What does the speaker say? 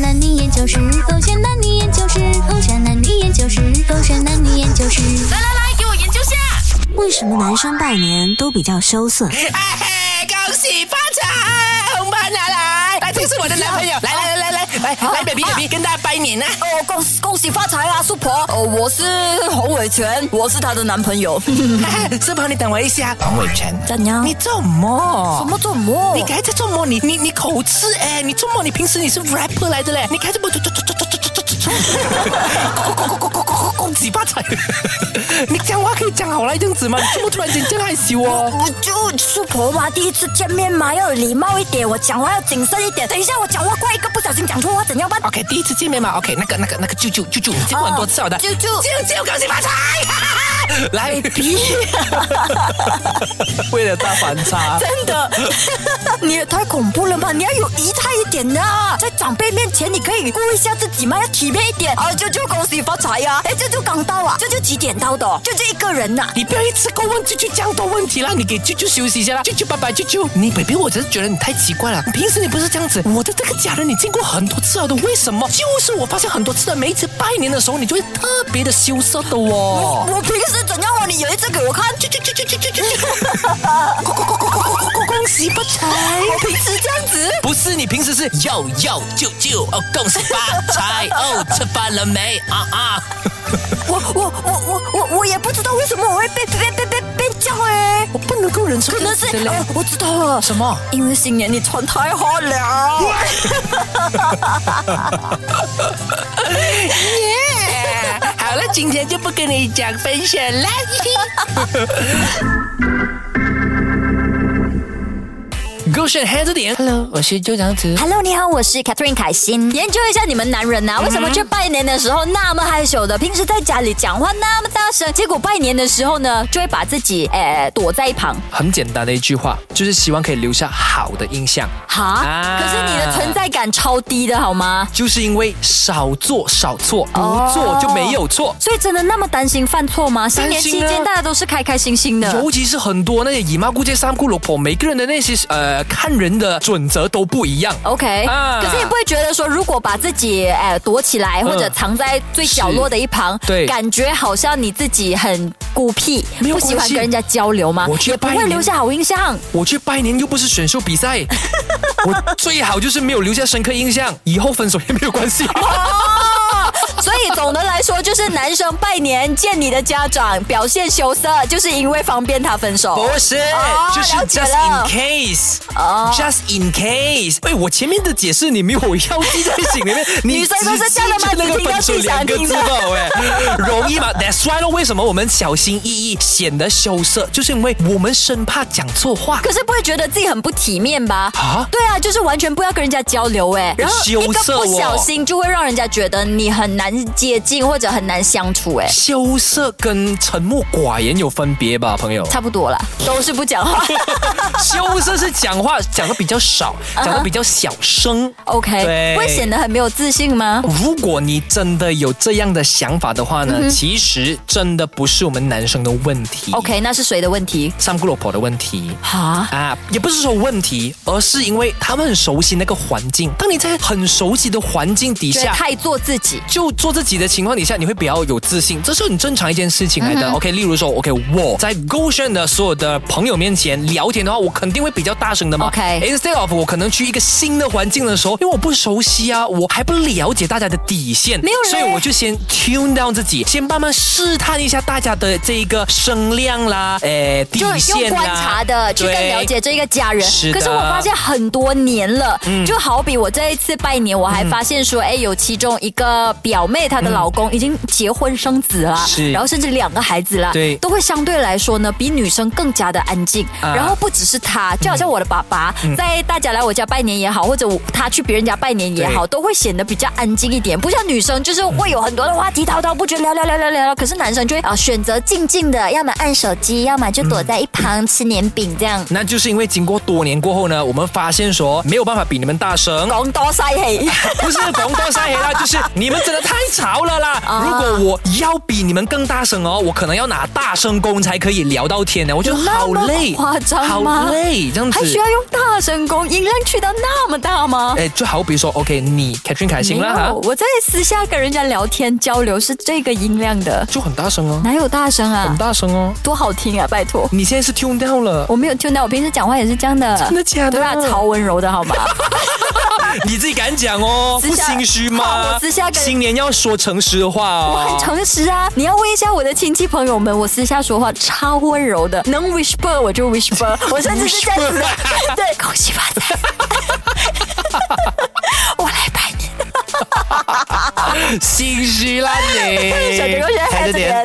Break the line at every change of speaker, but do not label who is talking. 男女研究室，狗选男女研究室，狗选男女研究室，狗选男女研究室。
来来来，给我研究下。
为什么男生拜年都比较羞涩？
哎嘿，恭喜发财，红包拿来！来，这是我的男朋友，来来来来来来来，baby baby，跟大家拜年啊！
哦，恭喜恭喜发财啦，叔婆！哦，我是洪伟全，我是她的男朋友。
师婆，你等我一下。黄伟全，
怎样？
你做么？
什么做么？
你还在做么？你你你口吃哎！你做么？你平时你是 rapper 来的嘞？你还在不？恭喜发财！你讲话可以讲好来这样子吗？你这么突然间这样害羞哦？
我就叔婆嘛，第一次见面嘛，要有礼貌一点，我讲话要谨慎一点。等一下我讲话怪一个不小心讲错话怎样办？
OK，第一次见面嘛，OK，那个那个那个舅舅舅舅，你见过很多次好的，
哦舅舅
舅舅，恭喜发财！来，为了大反差，
真的， 你也太恐怖了吧！你要有仪态一点呐、在长辈面前你可以顾一下自己嘛，要体面一点。啊，舅舅恭喜发财呀、哎，舅舅刚到啊，舅舅几点到的哦？舅舅一个人呐、
你不要一次过问舅舅这样多问题啦，你给舅舅休息一下啦，舅舅拜拜，舅舅，你 baby，我真是觉得你太奇怪了，平时你不是这样子，我的这个家人你见过很多次了的，为什么？就是我发现很多次的，每一次拜年的时候，你就会特别的羞涩的哦。
我平时怎样哦？你有一次给 我看，舅舅舅舅舅舅舅，
恭喜发财！
我平时这样子。
不是你平时是哟哟舅舅哦，恭喜发财哦，吃饭了没啊啊？
我我我我我我也不知道为什么我会被被被被被叫哎，
我不能够忍受
可
这
能
样
是
子的嘞，
哎，我知道了，
什么？
因为新年你穿太好了。
好了，今天就不跟你讲分享了。 勾选黑着点，Hello，我是周长子。
Hello，你好，我是 Catherine 凯欣。研究一下你们男人啊
嗯
呐、为什么去拜年的时候那么害羞的？平时在家里讲话那么大声，结果拜年的时候呢，就会把自己诶、呃躲在一旁。
很简单的一句话，就是希望可以留下好的印象，
哈，
啊
可是你的存在感超低的好吗？
就是因为少做少错，不
哦
做就没有错。
所以真的那么担心犯错吗？新年期
担心
间
啊
大家都是开开心心的。
尤其是很多那些姨妈姑姐、三姑六婆，每个人的那些呃看人的准则都不一样。
OK，、
啊嗯
可是你不会觉得说，如果把自己呃躲起来，或者藏在最角落的一旁，
对
感觉好像你自己很孤僻，
没有
不喜欢
关系
跟人家交流吗？
我觉得
也不
拜
会
年
留下好印 象。
我去拜年又不是选秀 比赛，我最好就是没有留下深刻印象，以后分手也没有关系。
所以总的来说，就是男生拜年见你的家长表现羞涩，就是因为方便他分手。
不是，
哦
就是
了哦解
just
了
in case，just、in case。哎，我前面的解释你没有要记在心里 面，你
女生都是
只
这样的吗
记住那个分手两个字吧， 喂，哎容易吗？That's why 咯，为什么我们小心翼翼，显得羞涩，就是因为我们生怕讲错话。
可是不会觉得自己很不体面吧？
啊
对啊，就是完全不要跟人家交流哎，然后一
羞
个
涩
不
哦
小心就会让人家觉得你很难接近或者很难相处哎。
羞涩跟沉默寡言有分别吧，朋 友。
差不多了，都是 不讲话。
羞涩是讲话讲的比较少，讲的比较小 声。
OK，
对
不会显得很没有自信吗？
如果你真的有这样的想法的话呢，其实真的不是我们男生的问题。
OK，那是谁的问题？
三姑六婆的问题。
哈，
啊，也不是说问题，而是因为他们很熟悉那个环境。当你在很熟悉的环境底
觉得
下，
太做自己。
就做自己的情况底下，你会比较有自信，这是很正常一件事情来
嗯
的。OK，例如说，OK，我在 Go 炫的所有的朋友面前聊天的话，我肯定会比较大声的嘛。
OK
Instead of 我可能去一个新的环境的时候，因为我不熟悉啊，我还不了解大家的底线，
没有人
所以我就先 tune down 自己，先慢慢试探一下大家的这一个声量啦，诶，底
就用
线啦，
观察的去更
对
了解这个家人。
是的嗯
可是我发现很多年了，就好比我这一次拜年，我还发现说，哎，有其中一个表妹，她的老公已经结婚生子了，
是
然后甚至两个孩子了，
对
都会相对来说呢，比女生更加的安静。
啊
然后不只是她，就好像我的爸爸，在大家来我家拜年也好，或者我他去别人家拜年也好，都会显得比较安静一点，不像女生就是会有很多的话题滔滔不绝，聊聊聊聊聊聊。可是男生就会啊、选择静静的，要么按手机，要么就躲在一旁吃年饼这样。
那就是因为经过多年过后呢，我们发现说没有办法比你们大声，
讲多晒气，
不是广东晒黑啦，就是你们真的太吵吵了啦。
啊
如果我要比你们更大声哦，我可能要拿大声公才可以聊到天呢。我觉得
有那
好
么
累，
夸张
好
吗
累，这样子
还。需要用大声公，音量去到那么大吗？
哎，就好比说，OK，你 Catherine 凯欣啦
没
哈
有，，我在私下跟人家聊天交流是这个音量的，
就很大声哦，
哪有大声啊
很？大声哦。
多好听啊！拜托，
你现在是 tune 掉了，
我没有听到，我平时讲话也是这样的，
真的假的
对吧？超温柔的好吗？
你自己敢讲哦，
私
不
下
心虚
好
吗
我？私下跟
新年要说诚实的话
我
哦
很。诚实啊！你要问一下我的亲戚朋友们，我私下说话超温柔的，能 whisper 我 就 whisper，我甚至是这样子的 对，恭喜发财， 我来拜年。
心虚啦你。
小哥哥，现在
哎开
还
着
这
点
边。